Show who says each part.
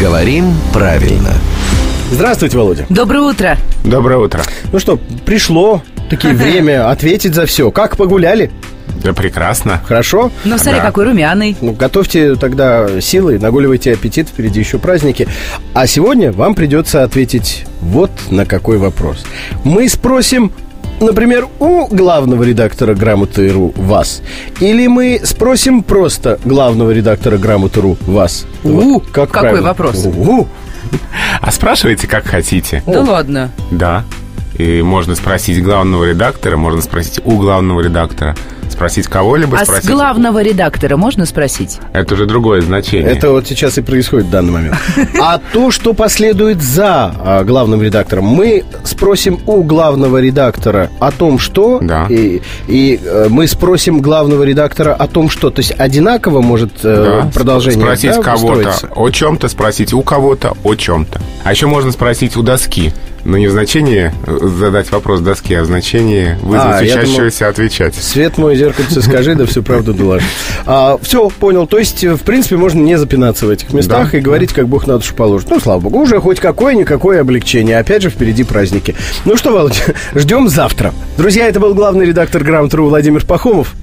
Speaker 1: Говорим правильно.
Speaker 2: Здравствуйте, Володя.
Speaker 3: Доброе утро.
Speaker 4: Доброе утро.
Speaker 2: Ну что, пришло такие время ответить за все. Как погуляли?
Speaker 4: Да прекрасно.
Speaker 2: Хорошо?
Speaker 3: Ну, смотри,
Speaker 4: Да.
Speaker 3: какой румяный.
Speaker 2: Ну, готовьте тогда силы, нагуливайте аппетит, впереди еще праздники. А сегодня вам придется ответить вот на какой вопрос. Мы спросим, например, у главного редактора «Грамоты.ру» вас. Или мы спросим просто главного редактора «Грамоты.ру» вас.
Speaker 3: У,
Speaker 2: Вот как
Speaker 3: какой
Speaker 2: правильно?
Speaker 3: вопрос.
Speaker 2: У,
Speaker 4: А спрашивайте, как хотите.
Speaker 3: Да Ну, ладно.
Speaker 4: Да. И можно спросить главного редактора, можно спросить у главного редактора, спросить кого-либо,
Speaker 3: А с
Speaker 4: спросить.
Speaker 3: главного редактора можно спросить?
Speaker 4: Это уже другое значение.
Speaker 2: Это вот сейчас и происходит в данный момент. А то, что последует за а, главным редактором, мы спросим у главного редактора о том, что,
Speaker 4: Да.
Speaker 2: и, и, э, мы спросим главного редактора о том, что. То есть одинаково может э,
Speaker 4: Да.
Speaker 2: продолжение
Speaker 4: Спросить
Speaker 2: да,
Speaker 4: кого-то
Speaker 2: строиться?
Speaker 4: о чем-то, спросить у кого-то о чем-то. А еще можно спросить у доски. Но не в значении э, задать вопрос доски, а в значении вызвать
Speaker 2: А, я думал-
Speaker 4: учащегося отвечать.
Speaker 2: Свет мой, зеркальце, скажи, да всю правду доложи. А, все, понял. То есть, э, в принципе, можно не запинаться в этих местах
Speaker 4: Да,
Speaker 2: и говорить, как Бог на душу положит. Ну, слава Богу, уже хоть какое-никакое облегчение. Опять же, впереди праздники. Ну что, Володя, ждем завтра. Друзья, это был главный редактор Грамм Тру Владимир Пахомов.